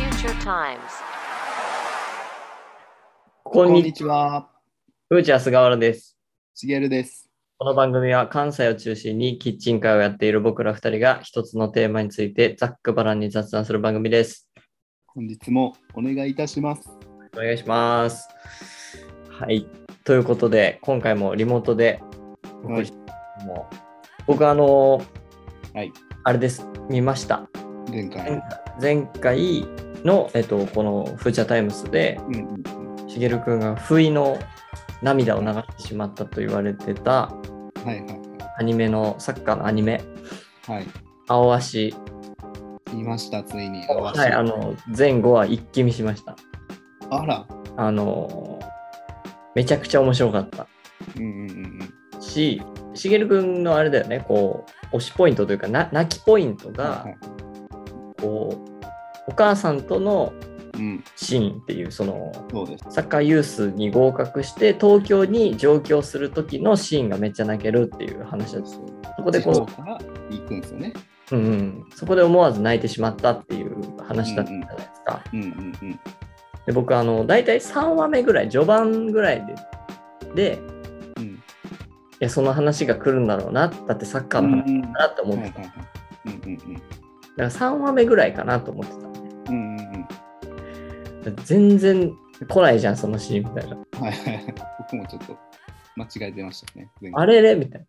times. ここんんににちちは。は、うーちゃん菅原です。しげるです。この番組は関西を中心にキッチンカーをやっている僕ら二人が一つのテーマについてざっくばらんに雑談する番組です。本日もお願いいたします。お願いします。はい。ということで、今回もリモートで僕,、はいもう僕あの、はいあれです、見ました。前回。前回の、えっと、このフーチャータイムスで、うんうんしげるくんが不意の涙を流してしまったと言われてたはいはいアニメのサッカーのアニメはい。はい。 「青足言いました、ついに。」はいあの前後は一気見しましたあら。あのめちゃくちゃ面白かったうんうんうんししげるくんのあれだよねこう推しポイントというかな泣きポイントうん。がはいこうお母さんとのうん、シーンっていうそのそうです。サッカーユースに合格して東京に上京する時のシーンがめっちゃ泣けるっていう話だったそうそこで地方こから行くんですよね。う、うんうん、そこで思わず泣いてしまったっていう話だったじゃないですか。うんうんうん。で僕あの大体3話目ぐらい序盤ぐらいででうん。いやその話が来るんだろうなだってサッカーの話うんだなって思っはていた、はいはいうんうんうんだから3話目ぐらいかなと思ってうんうんうんた全然来ないじゃんそのシーンみたいなはいはいはい僕もちょっと間違えてましたね。前回あれれみたい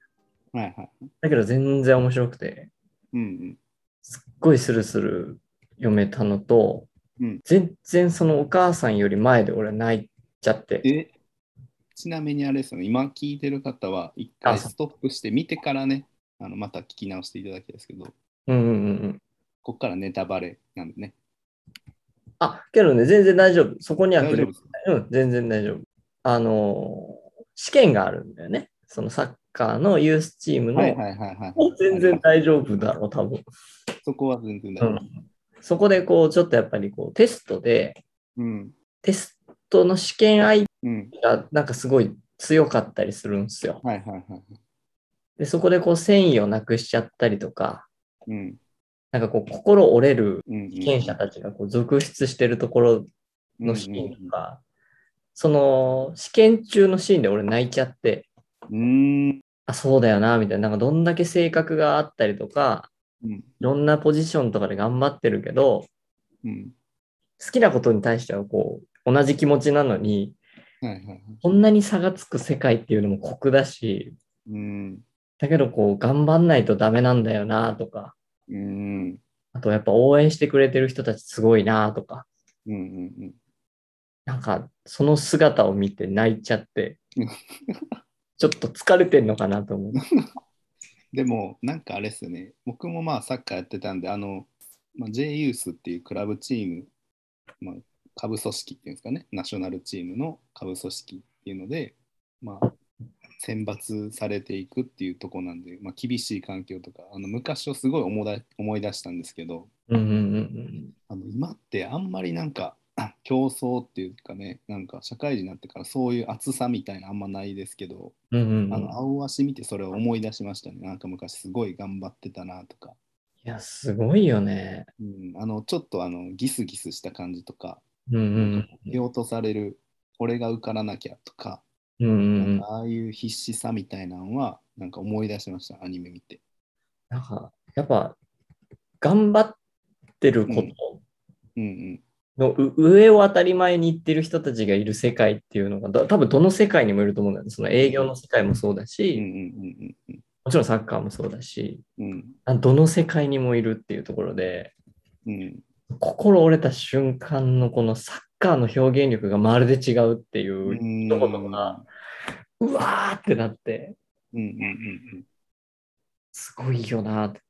なはいはい。だけど全然面白くてうんすっごいスルスル読めたのと、うん全然そのお母さんより前で俺は泣いちゃってうん。えちなみにあれですよね、今聞いてる方は、一あ回そうストップして見てからね、あのまた聞き直していただきたいですけど、うんうんうんうんこっからネタバレなんでね。あけどね全然大丈夫そこには大触れ丈夫です。うん、全然大丈夫。あのー、試験があるんだよね。そのサッカーのユースチームの。はいはいはいはい。全然大丈夫だろう、多分。そこは全然大う丈夫。ん、そこで、こう、ちょっとやっぱりこうテストで、うん。テストの試験相うん。手がなんかすごい強かったりするんですよ。はいはいはい。で、そこでこう、繊維をなくしちゃったりとか、うん。なんかこう、心折れるうん。被験者たちがこう続出してるところのシーンとか、その試験中のシーンで俺泣いちゃって、うん。うん。あ、そうだよな、みたいな、なんかどんだけ性格があったりとか、うん。いろんなポジションとかで頑張ってるけど、うん。好きなことに対してはこう、同じ気持ちなのに、はいはいはい。こんなに差がつく世界っていうのも酷だし、うん。だけどこう、頑張んないとダメなんだよな、とか、うん。あとやっぱ応援してくれてる人たちすごいな、とか、うん。うん。なんかその姿を見て泣いちゃ ってうん、ちょっと疲れてんのかなと思う。でも、なんかあれっすよね。僕もまあサッカーやってたんで、あの、まあ、J ユースっていうクラブチーム、まあ、下部組織っていうんですかね、ナショナルチームの下部組織っていうので、まあ、選抜されていくっていうとこなんで、まあ、厳しい環境とか、あの昔をすごい思い出思い出したんですけど、うんうんうんあの今ってあんまりなんか 競争っていうかね、なんか社会人になってからそういう熱さみたいなあんまないですけど、うん。うんうんうあん、の青足見てそれを思い出しましたね。なんか昔すごい頑張ってたなとか。いや、すごいよね。うん、あのちょっとあのギスギスした感じとか、うんうん蹴落とされる、俺が受からなきゃとか、うん。うんうんうんなんかああいう必死さみたいなのは、なんか思い出しました、アニメ見て。なんか、やっぱ、頑張ってるこうんうん。とのう、上を当たり前に行ってる人たちがいる世界っていうのが、だ多分どの世界にもいると思うんだよね。その営業の世界もそうだし、うんうんもちろんサッカーもそうだし、うんうん。うんあどの世界にもいるっていうところで、うん、心折れた瞬間のこのサッカーの表現力がまるで違うっていう、うんどこどこがうわーってなって、うんうんうんすごいよなって。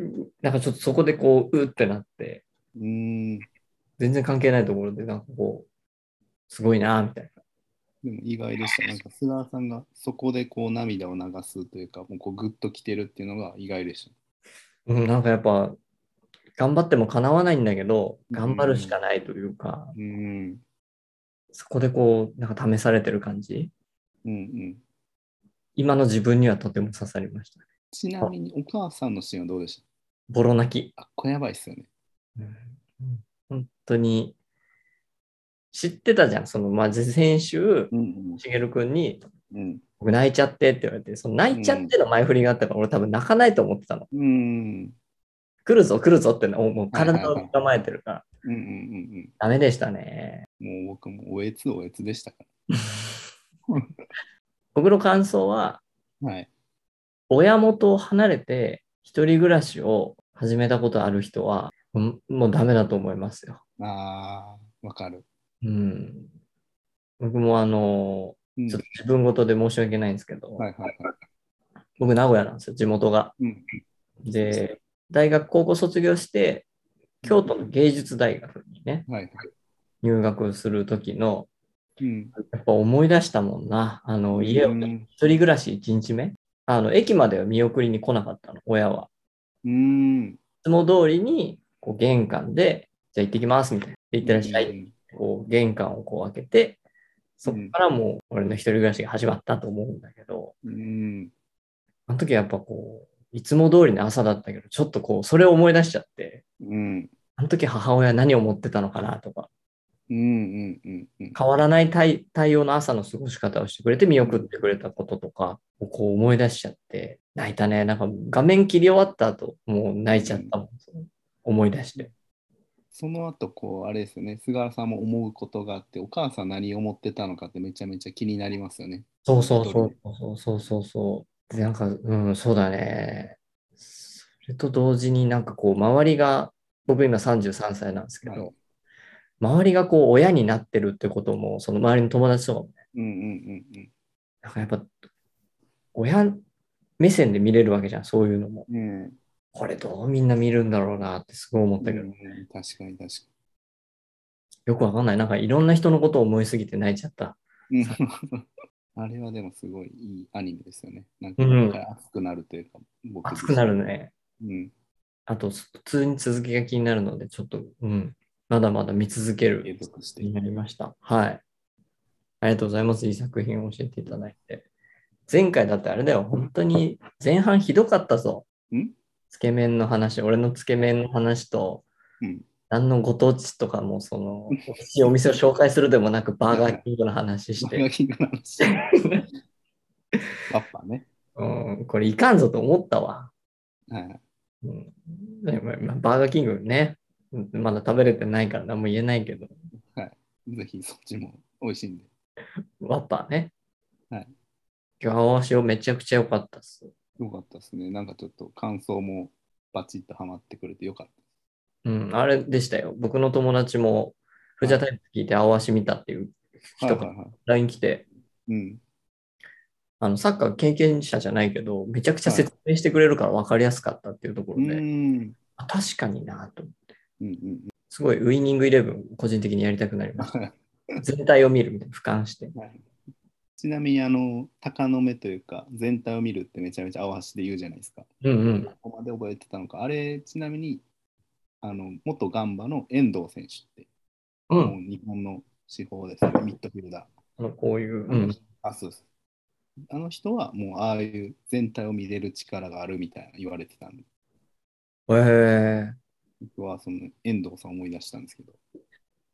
うなんかちょっとそこでこう、うーってなって、うん。うん全然関係ないところで、なんかこう、すごいな、みたいでも意外でした。なんか菅原さんがそこでこう涙を流すというか、もうこうグッときてるっていうのが意外でした。な。うん、なんかやっぱ、頑張っても叶わないんだけど、うん頑張るしかないというか、うんそこでこう、なんか試されてる感じ。うんうん。今の自分にはとても刺さりました。ちなみにお母さんのシーンはどうでしボロ泣き。たあ、これやばいっすよね。うん本当に、知ってたじゃん。その、まあ、先週、うんしげるくんに、うん僕泣いちゃってって言われて、その泣いちゃっての前振りがあったから、俺多分泣かないと思ってたの。うんうん来るぞ来るぞってな、おもう体はいはいをはい捕まえてるから、うんうんダメでしたね。うんもう僕もおえつおえつでしたか僕の感想は、ら。はい。親元を離れて一人暮らしを始めたことある人は、うんもうダメだと思いますよ。ああ、わかる。うん。僕もあの、うんちょっと自分事で申し訳ないんですけど、はいはいはい。僕名古屋なんですよ、地元が。うんで、大学、高校卒業して、京都の芸術大学にね、はいはい。入学する時の、うん。やっぱ思い出したもんな。あの、家を、う一ん。人暮らし1日目。あの、駅までは見送りに来なかったの、親は。うん。いつも通りに、こう、玄関で、じゃあ行ってきます、みたいな。で行ってらっしゃいって。こう、玄関をこう開けて、そこからもう、俺の一人暮らしが始まったと思うんだけど、うん。あの時はやっぱこう、いつも通りの朝だったけど、ちょっとこう、それを思い出しちゃって、うん。あの時母親は何を持ってたのかなとか、うん。うん。うん。変わらない対対応の朝の過ごし方をしてくれて見送ってくれたこととかをこう思い出しちゃって、泣いたね。なんか画面切り終わった後、もう泣いちゃったもん、思い出して。その後こうあれですよね菅原さんも思うことがあってお母さん何を思ってたのかってめちゃめちゃ気になりますよね。そうそうそうそうそうそうそう。で、なんか、うん、そうだね。それと同時になんかこう、周りが、僕今33歳なんですけはいど、周りがこう、親になってるってことも、その周りの友達とかも、うんうんうんなんかやっぱ、親目線で見れるわけじゃん、そういうのも。うん。うんこれどうみんな見るんだろうなってすごい思ったけど、うん確かに確かよくわかんない。なんかいろんな人のことを思いすぎて泣いちゃった。に。うん あれはでもすごいいいアニメですよね。なんかうん熱くなるというか、僕熱くなる。ね。うん。あと、普通に続きが気になるので、ちょっと、うん、まだまだ見続ける。継続してに。なりました。はい。ありがとうございます。いい作品を教えていただいて。前回だってあれだよ。本当に前半ひどかったぞ。んつけ麺の話、俺のつけ麺の話と、うん何のご当地とかも、その、美味しいお店を紹介するでもなく、バーガーキングの話しマガて、キングの話。 パパね。うん、これいかんぞと思ったわ。はい。うんでもまあバーガーキングね、まだ食べれてないから何も言えないけど、ぜひそっちも美味しいんで。ワッパーね。はい。今日、青塩めちゃくちゃ良かったっす。よかったですね。なんかちょっと感想もバチッとハマってくれてよかっうん、あれでしたよ。僕の友達も、フジャタイムズ聞いて、青足見たっていうた。人はかいらはいはい。 LINE 来て、うん。あの、サッカー経験者じゃないけど、めちゃくちゃ説明してくれるから分かりやすかったっていうとこうろで、ん。 あ確かになと。うんうんすごい、ウイニングイレブン、個人的にやりたくなりましうん。た。全体を見るみたいな、俯瞰して。ちなみにあの鷹の目というか全体を見るってめちゃめちゃ青橋で言うじゃないですか。うんうん。ここまで覚えてたのか。あれちなみにあの元ガンバの遠藤選手って、うもん。う日本の司法ですね。ミッドフィルダあのこういう、ー。うん。あそうですあの人はもうああいう全体を見れる力があるみたいな言われてたんで、え僕はその遠藤さんを思い出したんですけど、ー、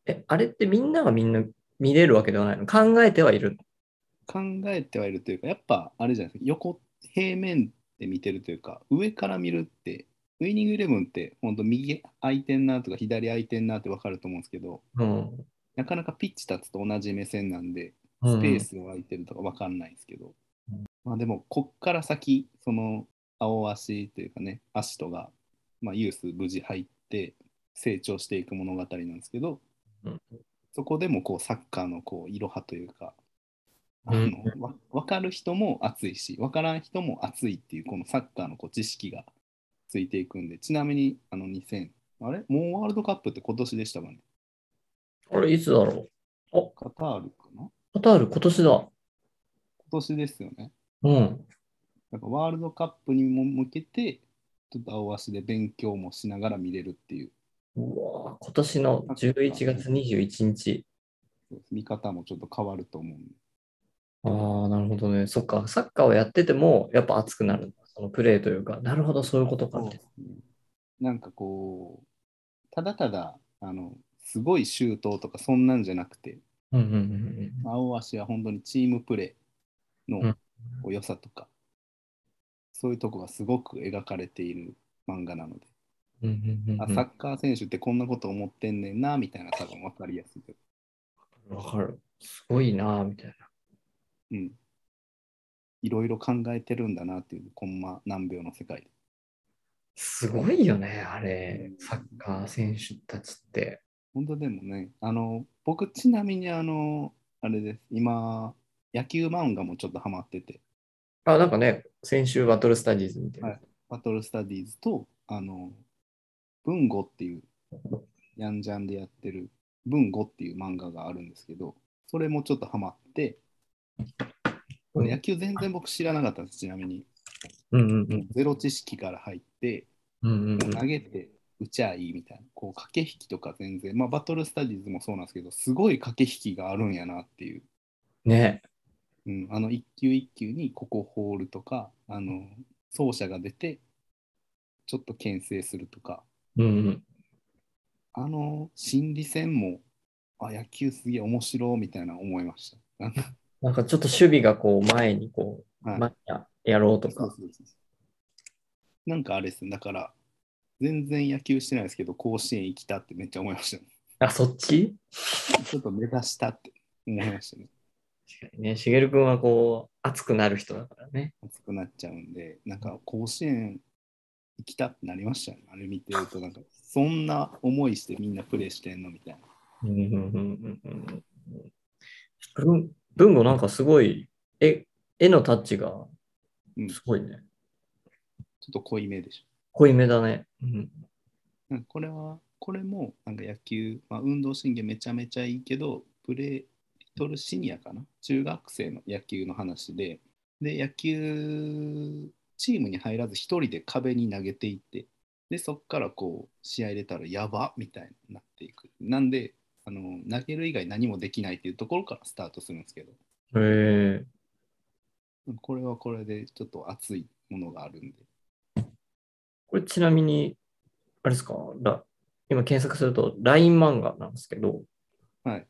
え、あれってみんながみんな見れるわけではないの考えてはいる考えてはいるというか、やっぱあれじゃないですか、横、平面で見てるというか、上から見るって、ウイニングイレブンって、本当右空いてんなとか、左空いてんなって分かると思うんですけど、の。なかなかピッチ立つと同じ目線なんで、うん。スペーうん。スが空いてるとか分かんないんですけど、うんまあでも、こっから先、その、青足というかね、アシトが、まあ、ユース無事入って、成長していく物語なんですけど、うんそこでもこうサッカーのこういろはというか、あうのんわ分かる人も熱いし、分からん人も熱いっていう、このサッカーのこう知識がついていくんで、ちなみにあの2000、あれもうワールドカップって今年でしたかねあれ、いつだろうあ、カタールかなカタール今年だ。今年ですよね。うん。なんかワールドカップにも向けて、ちょっと青足で勉強もしながら見れるっていう、うわぁ今年の11月21日。見方もちょっと変わると思うんで。ああ、なるほどね。そっか、サッカーをやってても、やっぱ熱くなるんだ。そのプレーというか、なるほど、そういうことかって。なんかこう、ただただあのすごい周到とかそんなんじゃなくてうんうんうん青足は本当にチームプレーのお良さとか、そういうとこがすごく描かれている漫画なので、うんうんうんうんあサッカー選手ってこんなこと思ってんねんなみたいな多分分かりやすいというか、わかる。すごいなぁ、みたいな。うん、いろいろ考えてるんだなっていうコンマ何秒の世界すごいよね、あれう、んサッカー選手たちって。本当でもねあの僕ちなみにあのあれです今野球漫画もちょっとハマっててあ、なんかね、先週バトルスタディーズ見てる。はいバトルスタディーズと、あの、文語っていう、ヤンジャンでやってる、文語っていう漫画があるんですけど、それもちょっとハマって、うん野球全然僕知らなかったんです、ちなみに。うんうんうんゼロ知識から入って、うんうんうん投げて打ちゃいいみたいな、こう駆け引きとか全然、まあバトルスタディーズもそうなんですけど、すごい駆け引きがあるんやなっていう。ね、うん、あの一球一球にここホールとかあの走者が出てちょっと牽制するとかうんうん。あの心理戦もあ野球すげえ面白いみたいな思いました。なんかなんかちょっと守備がこう前にこう、はい前にやろうとそうか。そうそうそうなんかあれですね、だから全然野球してないですけど、甲子園行きたってめっちゃ思いましたね、あ、そっちちょっと目指したって思いましたね。確かにね、しげるくんはこう、熱くなる人だからね。熱くなっちゃうんで、なんか甲子園行きたってなりましたね、あれ見てると、なんかそんな思いしてみんなプレーしてんのみたいな。うんうんうんうんうん文文語なんかすごい、絵絵のタッチがうんすごいね。ちょっと濃いめでし濃いめだね。うんょ。なんかこれは、これもなんか野球、まあ、運動神経めちゃめちゃいいけど、プレー、リトルシニアかな中学生の野球の話で、で、野球チームに入らず一人で壁に投げていって、で、そこからこう、試合入れたらやばみたいになっていく。なんで、あの投げる以外何もできないっていうところからスタートするんですけど、へえこれはこれでちょっと熱いものがあるんで、これちなみに、あれですか、ら今検索すると LINE 漫画なんですけど、はい。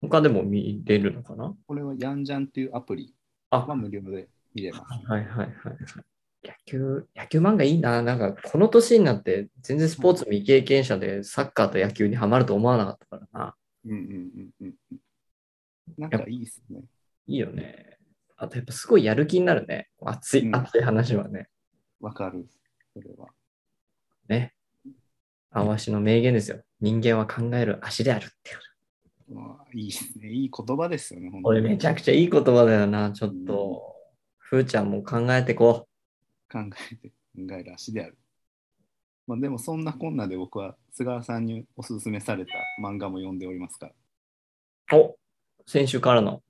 他でも見れるのかなこれはヤンジャンっていうアプリあ、は無料で見れます。はいはいはいはい。野球、野球漫画いいな。なんかこの年になって全然スポーツ未経験者でサッカーと野球にはまると思わなかったからな。うんうんうんうんうん。なんかいいっすね。いいよね。あとやっぱすごいやる気になるね。熱い、うん熱い話はね。わかる。それは。ね。あわしの名言ですよ。人間は考える足であるっていう。うわいいっすね。いい言葉ですよね。本こ当れにめちゃくちゃいい言葉だよな。ちょっと、ふーちゃんも考えてこ考えて、考える足である。まあでもそんなこんなで僕は菅原さんにおすすめされた漫画も読んでおりますかう。お先週からの。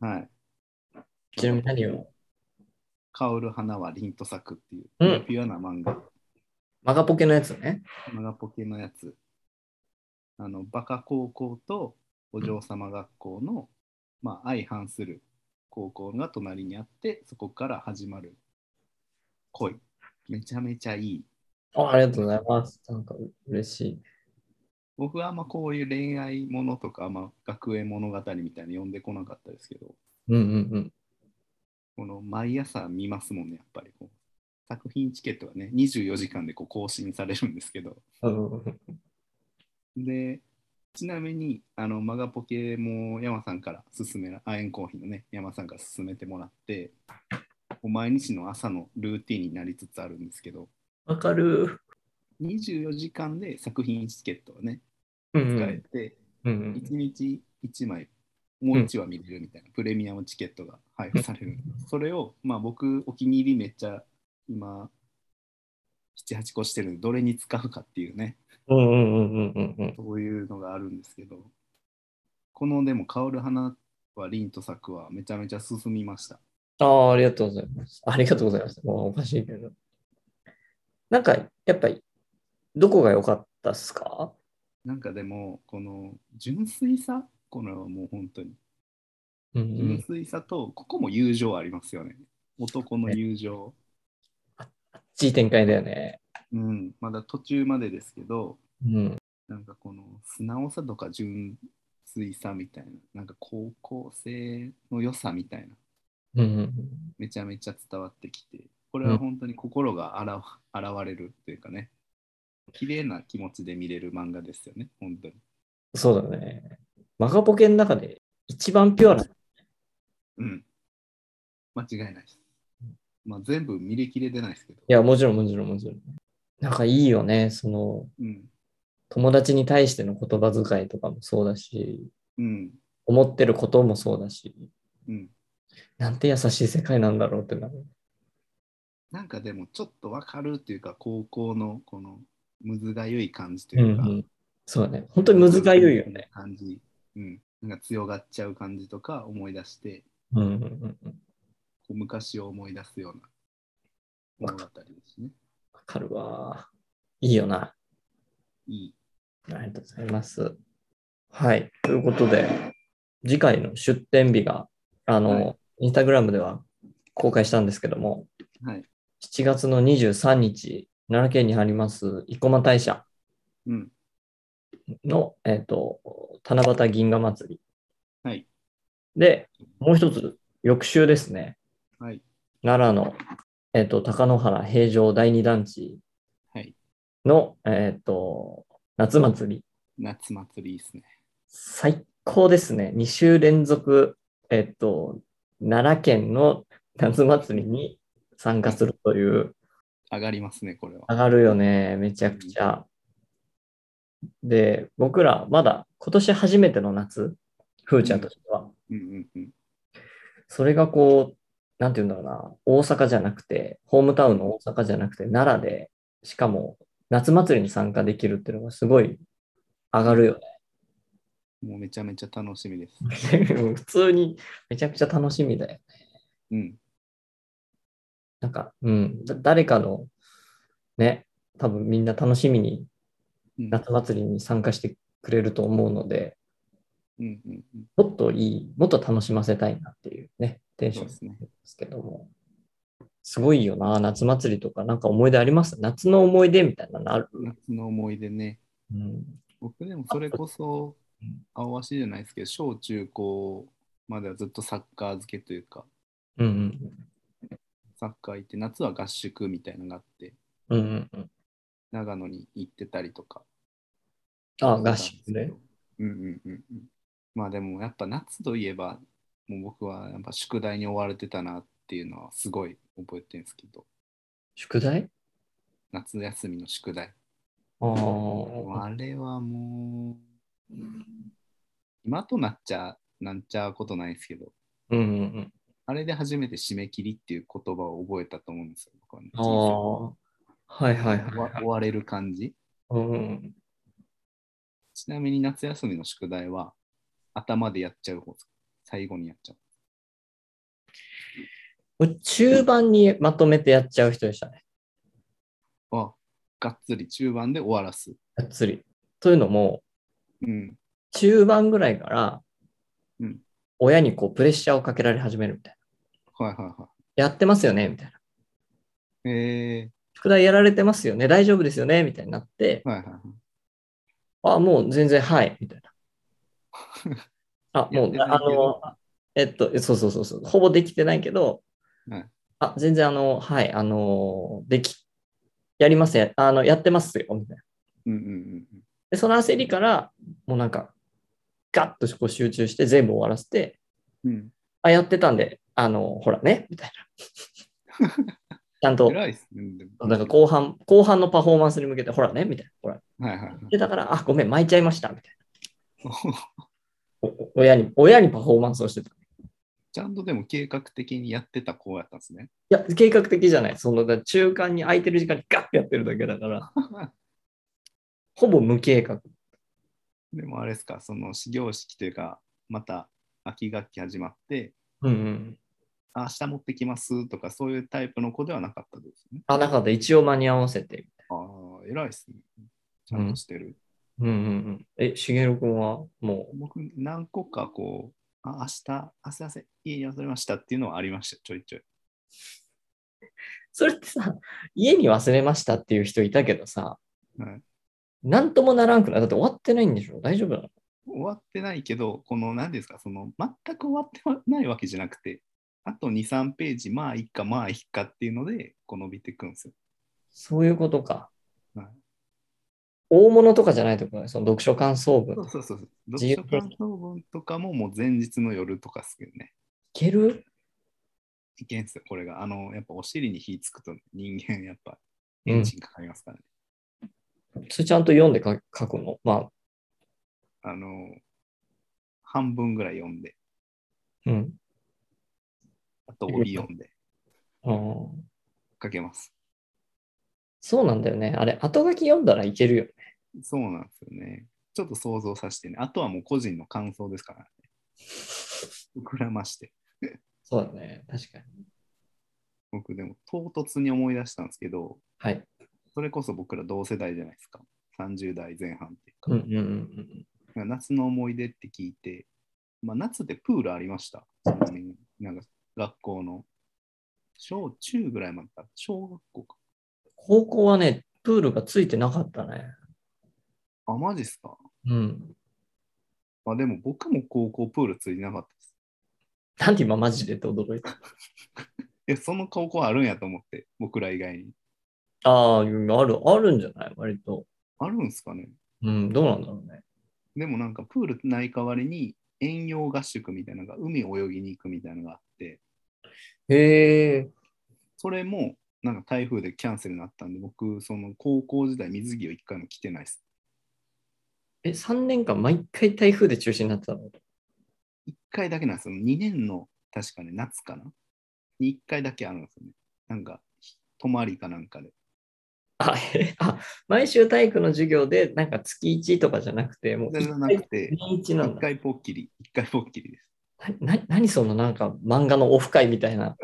ら。はい。ちなみに何を香る花は凛と咲くっていう、うんピュアな漫画。マガポケのやつね。マガポケのやつ。あの、バカ高校とお嬢様学校の、まあ、相反する高校が隣にあって、そこから始まる恋。めちゃめちゃいい。あありがとうございます。なんか嬉しい。僕はあんまこういう恋愛ものとか、まあ、学園物語みたいに読んでこなかったですけど、うんうんうん。この毎朝見ますもんね、やっぱりこう。作品チケットがね、24時間でこう更新されるんですけど、うんで、ちなみに、あの、マガポケも山さんから勧めら、アエンコーヒーのね、山さんから勧めてもらって、こう毎日の朝のルーティンになりつつあるんですけど、わかる。 24時間で作品チケットをね、うん使うえんて、うん1日1枚、もう1話見れるみたいな、プレミアムチケットが配布される。それを、まあ僕、お気に入りめっちゃ今、7、8個してるんで、どれに使うかっていうね、うんうんうんうんうんうん。そういうのがあるんですけど、このでも、香る花は凛と咲くはめちゃめちゃ進みました。ああ、ありがとうございます。ありがとうございます。もうおかしいけど。なんか、やっぱり、どこが良かったっすかなんかでも、この純粋さ、これはもう本当に、うんう純ん。粋さと、ここも友情ありますよね。男の友情。いい展開だよね。うん、まだ途中までですけど、うん。なんかこの素直さとか純粋さみたいな、なんか高校生の良さみたいな、うん。めちゃめちゃ伝わってきて、これは本当に心があらわ 現れるというかね、綺麗な気持ちで見れる漫画ですよね、本当に。そうだね。マガポケの中で一番ピュアな。うん。間違いないです。まあ全部見れきれてないですけど。いや、もちろん、もちろん、もちろん。なんかいいよね。その、うん。友達に対しての言葉遣いとかもそうだし、うん。思ってることもそうだし、うん。なんて優しい世界なんだろうってなる。なんかでもちょっとわかるっていうか、高校のこのむずがゆい感じとういん、ううか、ん。そうだね。本当に難がゆいよね。。感じ。うん。なんか強がっちゃう感じとか思い出して、うん、うんうん、うん。こう昔を思い出すような物語ですね。わかるわ。いいよな。いい。ありがとうございます。はい。ということで、次回の出店日が、あの、はいインスタグラムでは公開したんですけども、はい。 7月の23日、奈良県にあります、生駒大社うん。の、えっ、と、七夕銀河祭り。はい。で、もう一つ、翌週ですね、はい。奈良の、えっ、と、高野原平城第二団地はい。の、えっ、と、夏祭り。夏祭りいいですね。最高ですね。2週連続、えっと、奈良県の夏祭りに参加するという、上がりますね、これは。上がるよね、めちゃくちゃ。で、僕ら、まだ今年初めての夏、ふーちゃんとしては。うんうんうん。それがこう、なんて言うんだろうな、大阪じゃなくて、ホームタウンの大阪じゃなくて、奈良で、しかも夏祭りに参加できるっていうのがすごい上がるよね。もうめちゃめちゃ楽しみです。 普通にめちゃくちゃ楽しみだよ。うん。なんか、うん、だ誰かの、ね、多分みんな楽しみにうん夏祭りに参加してくれると思うので、うんうんうん。もっといい、もっと楽しませたいなっていうね、テンシそョンうでですね。すけども。すごいよな、夏祭りとか、なんか思い出あります夏の思い出みたいなのある。夏の思い出ね。うん、僕でもそれこそうん、青足じゃないですけど、小中高まではずっとサッカー漬けというか、うん、サッカー行って、夏は合宿みたいなのがあって、うん、うん、うん。長野に行ってたりとか。あ、合宿ね。。うんうんうんうん。まあでもやっぱ夏といえば、もう僕はやっぱ宿題に追われてたなっていうのはすごい覚えてるんですけど、宿題夏休みの宿題。ああ、あれはもう、今となっちゃ、なんちゃうことないですけど、うん、うん、うん。あれで初めて締め切りっていう言葉を覚えたと思うんですよ、僕はねああ、はいはいはい追わはい。追われる感じ。うん、ちなみに夏休みの宿題は、頭でやっちゃう方です最後にやっちゃう。俺中盤にまとめてやっちゃう人でしたね。あがっつり中盤で終わらす。がっつり。というのも、うん。中盤ぐらいからうん、親にこうプレッシャーをかけられ始めるみたいはいはいはな。やってますよねみたいな。い。え宿題やられてますよね大丈夫ですよねみたいになってー、、はいはいはい。あ、もう全然はい、みたいな。 あ、もやっうて、なあいけどの、えっと、そうそうそうそう、ほぼできてないけど、はいあ、全然あの、はい、あの、でき、やりますよあの、やってますよ、みたいな。うんうんうんうん。で、その焦りから、もうなんか、ガッとこう集中して全部終わらせて、うん、あ、やってたんで、あの、ほらね、みたい な。ちゃんと、偉いですね。でもなんか後半、後半のパフォーマンスに向けて、ほらね、みたいな。ほら。はいはいはい。で、だから、あ、ごめん、巻いちゃいました、みたいな。おお親に、親にパフォーマンスをしてた。い ちゃんとでも計画的にやってた子やったんですね。 や、計画的じゃない。その、だから中間に空いてる時間にガッてやってるだけだから、ほぼ無計画。でもあれですか、その始業式というか、また秋学期始まって、うんうん。あ明日持ってきますとか、そういうタイプの子ではなかったですね。あ、なかった。一応間に合わせて。ああ、偉いですね。ちゃんとしてる。うんうんうん。え、しげるくんは、もう、僕、何個かこう、あ明日、明日、明日、家に忘れましたっていうのはありました、ちょいちょい。それってさ、家に忘れましたっていう人いたけどさ、はいなんともならんくないだって終わってないんでしょ大丈夫なの終わってないけど、この何ですか、その全く終わってはないわけじゃなくて、あと2、3ページ、まあいっか、まあいっかっていうので、こう伸びていくんですよ。そういうことか。はい大物とかじゃないってことね。その読書感想文。そういそうそうそう。自由読書感想文とかももう前日の夜とかっすけどね。けるいけんすよ、これが。あの、やっぱお尻に火つくと人間やっぱうんエンジンかかりますからね。それちゃんと読んでか書くのまあ、あの、半分ぐらい読んで、うん。あと帯読んでうんかけます。そうなんだよね。あれ、後書き読んだらいけるよね。そうなんですよね。ちょっと想像させてね。あとはもう個人の感想ですからね。膨らまして。そうだね。確かに。僕でも唐突に思い出したんですけど、はい。それこそ僕ら同世代じゃないですか。30代前半っていうか。うんうんうんうん。夏の思い出って聞いて、まあ、夏でプールありました。ちなみになんか学校の。小中ぐらいまでか。小学校か。高校はね、プールがついてなかったね。あ、マジっすか。うん。まあ、でも僕も高校プールついてなかったです。なんで今マジでって驚いた。いや、その高校あるんやと思って、僕ら以外に。ああ、ある、あるんじゃない割と。あるんすかね。うん、どうなんだろうね。でもなんかプールない代わりに遠洋合宿みたいなのが海泳ぎに行くみたいなのがあって、へえ。それもなんか台風でキャンセルになったんで、僕、その高校時代水着を一回も着てないです。え、3年間毎回台風で中止になってたの一回だけなんですよ。2年の確かね、夏かな。に一回だけあるんですよね。なんか、泊まりかなんかで。あ、 えあ、毎週体育の授業で、なんか月1とかじゃなくて、もうじ1ゃなくて、年1なん一だ。回ぽっきり、一回ぽっきりです。 な、な、何そのなんか漫画のオフ会みたいな。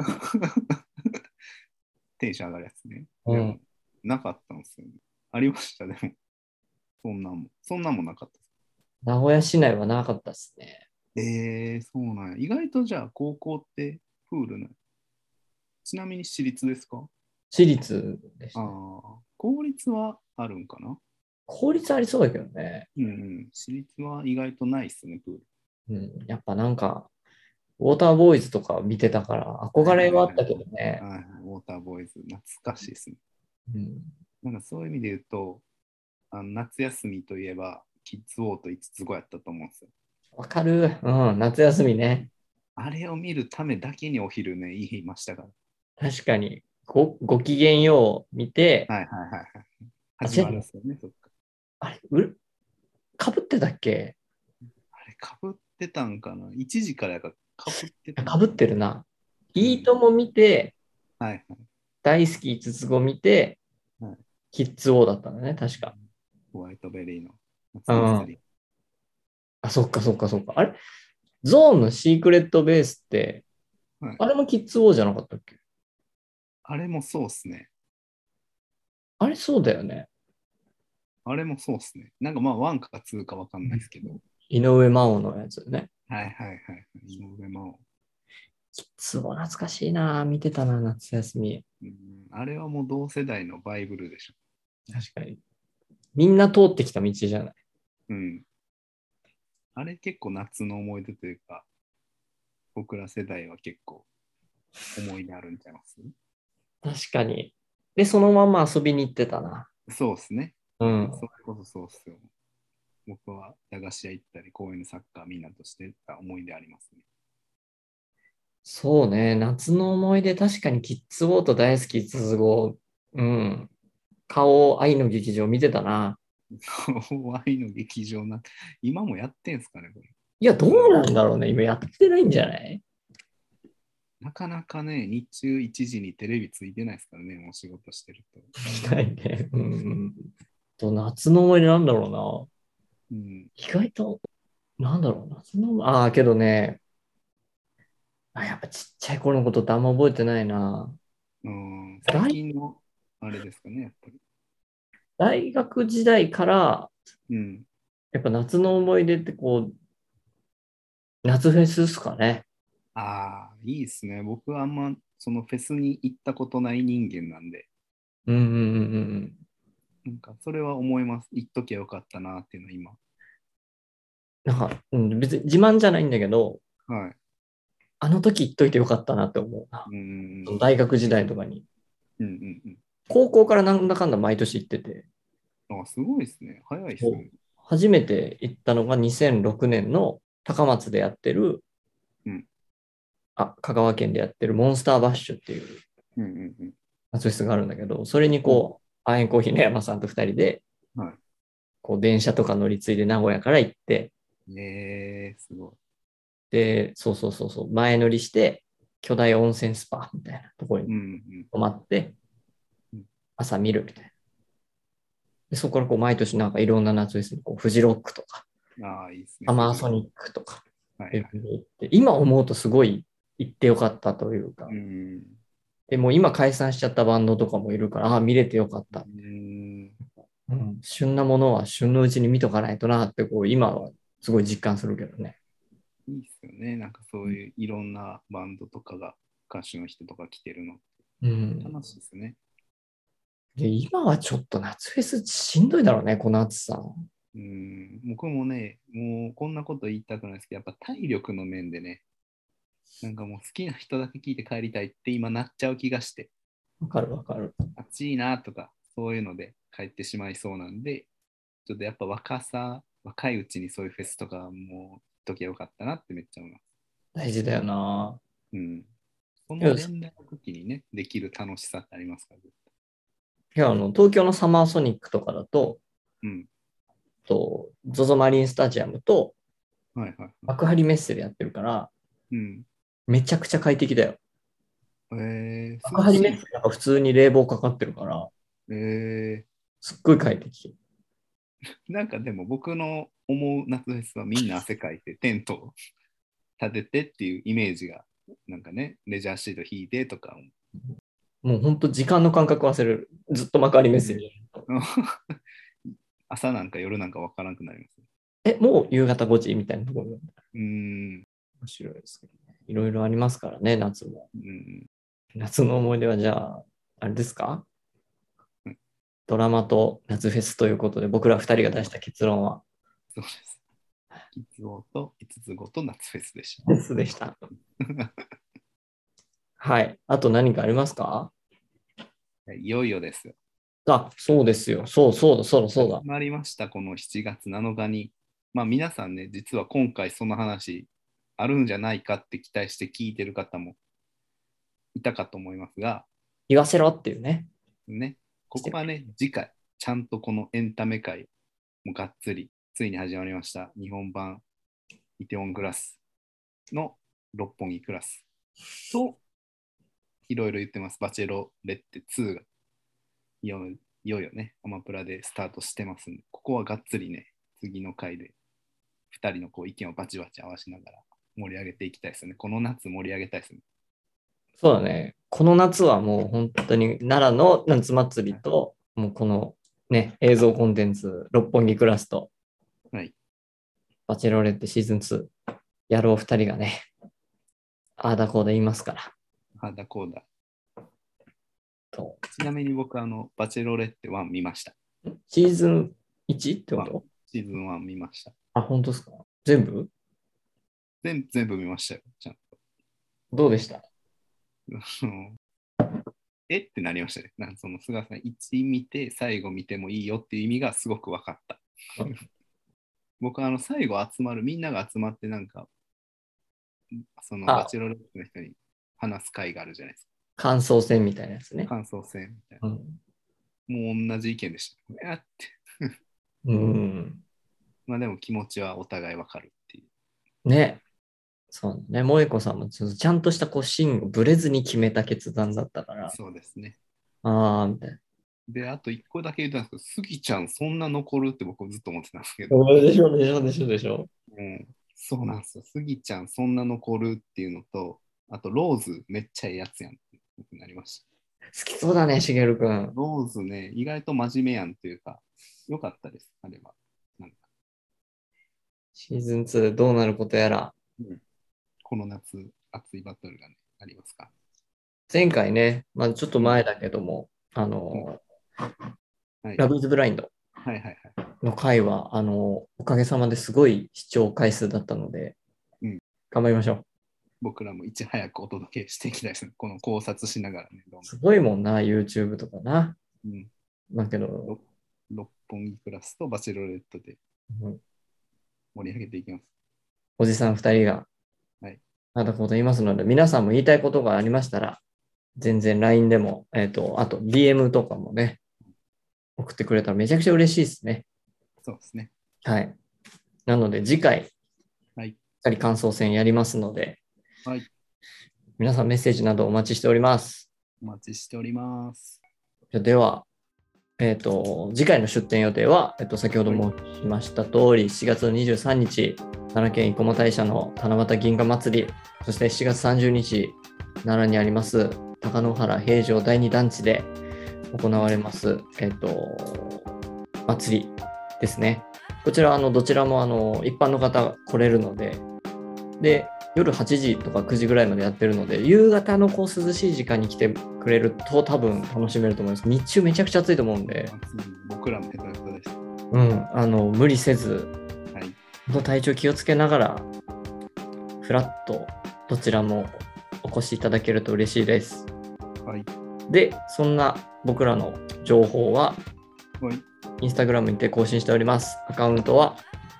テンション上がるやつね。うんでもなかったんですよね。ありました、でも。そんなんも、そんなんもなかった。名古屋市内はなかったっすね。えー、そうなんや。意外とじゃあ高校ってプールない。ちなみに私立ですか私立でしあた。あ、公立はあるんかな効率ありそうだけどね。うんうん。私立は意外とないっすね、プール。うん、やっぱなんか、ウォーターボーイズとか見てたから、憧れはあったけどね。はい、ウォーターボーイズ、懐かしいですね。うん、なんかそういう意味で言うと、あの夏休みといえば、キッズウォート5つ子やったと思うんですよ。わかる。うん、夏休みね。あれを見るためだけにお昼ね、家いましたから。確かに。ごごきげんよう見て、はいはいはいはい。あ始まるんですよね、そっか。あれ、うかぶってたっけあれ、かぶってたんかな ?1 時からやから、かぶってたんかぶってるな。いいとも見て、はいはい。大好き五つ子見てはい、キッズ王だったんだね、確か。ホワイトベリーの夏うん祭り。あ、そっかそっかそっか。あれゾーンのシークレットベースって、はいあれもキッズ王じゃなかったっけあれもそうっすね。あれそうだよね。あれもそうっすね。なんかまあ、ワンか2かわかんないですけど。井上真央のやつね。はいはいはいはい。井上真央。キッズ王懐かしいな。見てたな、夏休み。うんあれはもう同世代のバイブルでしょ。確かに。みんな通ってきた道じゃない。うん。あれ結構夏の思い出というか、僕ら世代は結構思い出あるんちゃいます確かに。で、そのまま遊びに行ってたな。そうっすね。うん。それこそそうっすよ。僕は駄菓子屋行ったり、公園でサッカーみんなとしてた思い出ありますね。 そうね。夏の思い出、確かにキッズウォート大好き、つご。うん。顔を愛の劇場見てたな。愛の劇場な、今もやってんすかね、これ。いや、どうなんだろうね。今やってないんじゃないなかなかね、日中1時にテレビついてないですからね、お仕事してる と。ないね。うん。と夏の思い出なんだろうん。うな。意外と、なんだろう。夏の思いああ、けどね。あ、やっぱちっちゃい頃のことってあんま覚えてないな。うん最近の、あれですかね、やっぱり。大学時代から、うん。やっぱ夏の思い出ってこう、夏フェスっすかね。ああ、いいですね。僕はあんま、そのフェスに行ったことない人間なんで、うんうんうんうんうん。なんかそれは思います。言っときゃよかったなっていうのは今。なんか、うん、別に自慢じゃないんだけど、はい。あの時言っといてよかったなって思うな。うんその大学時代とかに。うんうんうん高校からなんだかんだ毎年行ってて、うん。あ、すごいですね。早いですね。初めて行ったのが2006年の高松でやってる、うんあ、香川県でやってるモンスターバッシュっていううんうんうん。夏フェスがあるんだけど、それにこう、アーエンコーヒーの山さんと二人で、はいこう電車とか乗り継いで名古屋から行って、えー、すごい。で、そうそうそうそう、前乗りして、巨大温泉スパみたいなところうにんうん。泊まってうん、朝見るみたいな。でそこからこう毎年なんかいろんな夏フェスにこうフジロックとか、ああ、いいですね。アマーソニックとか、はいではい。行って今思うとすごい行ってよかったというかう、ん。でもう今解散しちゃったバンドとかもいるから、ああ、見れてよかったうんうん、旬なものは旬のうちに見とかないとなってこう今はすごい実感するけどね。いいですよね。なんかそういういろんなバンドとかが、歌手の人とか来てるの。うん、楽しいですね。で今はちょっと夏フェスしんどいだろうね、この暑さ。うん。僕もね、もうこんなこと言いたくないですけど、やっぱ体力の面でね、なんかもう好きな人だけ聞いて帰りたいって今なっちゃう気がして、わかるわかる。暑いなとか、そういうので帰ってしまいそうなんで、ちょっとやっぱ若さ、若いうちにそういうフェスとかもう、ときゃよかったなってめっちゃ思います。大事だよな。うん。そいやの年代の時にね、できる楽しさってありますから。いやあの東京のサマーソニックとかだと、うん。と ZOZO マリンスタジアムとはいはい。幕張メッセでやってるから、うん。めちゃくちゃ快適だよ。えー、幕張メッすセなんか普通に冷房かかってるから、ごいえすっごい快適。ー、なんかでも僕の思う夏フェスはみんな汗かいてテントを立ててっていうイメージが、なんかね、レジャーシート引いてとか。もうほんと時間の感覚忘れる。ずっと幕張メッセにいる。 朝なんか夜なんかわからなくなります。え、もう夕方5時みたいなところうーん。面白いですけどね。いろいろありますからね、夏も。うん、夏の思い出はじゃあ、あれですかうんドラマと夏フェスということで、僕ら二人が出した結論はそうです。5つ子と5つ子と夏フェスでしフた。ェスでした。 はい。あと何かありますかいよいよですよ。あ、そうですよ。そうそうだ、そうだ、そうだ決。まりました、この7月7日に。まあ皆さんね、実は今回その話あるんじゃないかって期待して聞いてる方もいたかと思いますが、言わせろっていうね。ね、ここはね、次回、ちゃんとこのエンタメ界、もうがっつり、ついに始まりました、日本版イテオンクラスの六本木クラスと、いろいろ言ってます、バチェロレッテ2が、いよいよいよね、アマプラでスタートしてますんで、ここはがっつりね、次の回で、2人のこう意見をバチバチ合わしながら盛り上げていきたいですよね。この夏盛り上げたいですね。そうだね。この夏はもう本当に奈良の夏祭りと、もうこのね、映像コンテンツ、六本木クラスと、はいバチェロレッテシーズン2、やろう二人がね、ああだこうだ言いますから、あだこうだ。と。ちなみに僕、あの、バチェロレッテ1見ました。シーズン 1? ってことシーズン1見ました。あ、本当ですか全部全全部見ましたよ。ちゃんどうでしたとえってなりましたね。なんかその菅さん、1見て、最後見てもいいよっていう意味がすごく分かった。僕、あの、最後集まる、みんなが集まって、なんか、そのあバチェロレッテの人に話す会があるじゃないです感想戦みたいなやつねか。。感想戦みたいうん。な。もう同じ意見でした。やって。うん。まあでも気持ちはお互い分かるっていう。ね。そうね。萌子さんもちょっとちゃんとしたこう芯をぶれずに決めた決断だったから、そうですね。ああ、みたいな。で、あと一個だけ言ったんですけど、スギちゃんそんな残るって僕ずっと思ってたんですけど、でしょでしょでしょでしょ。うん、そうなんですよ。スギちゃんそんな残るっていうのと、あとローズめっちゃええやつやんってなりました。好きそうだね、しげるくん。ローズね、意外と真面目やんっていうか、よかったです、あれは。シーズン2どうなることやら。この夏、熱いバトルが、ね、ありますか。前回ね、まあちょっと前だけども、あの、はいラブイズブラインドはいはいはい。の回は、あの、おかげさまですごい視聴回数だったので、うん頑張りましょう。僕らもいち早くお届けしていきたいですね。この考察しながらね、どんすごいもんな、YouTube とかな。どんうんだけど、六本木クラスとバチェロレットでうん盛り上げていきます。おじさん2人が、はいあたこと言いますので、皆さんも言いたいことがありましたら、全然 LINE でも、えっ、と、あと DM とかもね、送ってくれたらめちゃくちゃ嬉しいですね。そうですね。はい。なので、次回、はいしっかり感想戦やりますので、はい皆さんメッセージなどお待ちしております。お待ちしております。じゃあでは、えっ、と、次回の出店予定は、えっ、と、先ほどもしました通り、4月23日、奈良県生駒大社の七夕銀河祭り、そして7月30日、奈良にあります、高野原平城第二団地で行われます、えっ、と、祭りですね。こちら、あの、どちらも、あの、一般の方来れるので、で、夜8時とか9時ぐらいまでやってるので、夕方のこう涼しい時間に来てくれると多分楽しめると思います。日中めちゃくちゃ暑いと思うんで、僕らもヘトヘトです。はうん、あの、無理せず、い。本当体調気をつけながら、フラッとどちらもお越しいただけると嬉しいです。はい。で、そんな僕らの情報は、はい。インスタグラムにて更新しております。アカウントは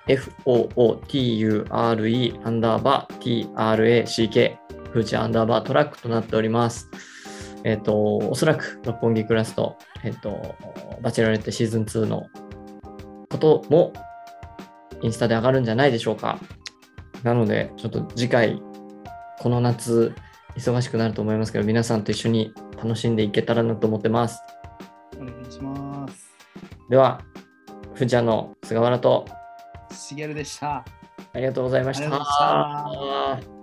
footure アンダーバー track フーチャーアンダーバートラックとなっております。えっ、と、おそらく六本木クラスと、えっ、と、バチェラレッテシーズン2のこともインスタで上がるんじゃないでしょうか。なので、ちょっと次回、この夏、忙しくなると思いますけど、皆さんと一緒に楽しんでいけたらなと思ってます。お願いします。では、フーチャーの菅原としげるでした。ありがとうございましありたがとうございました。あー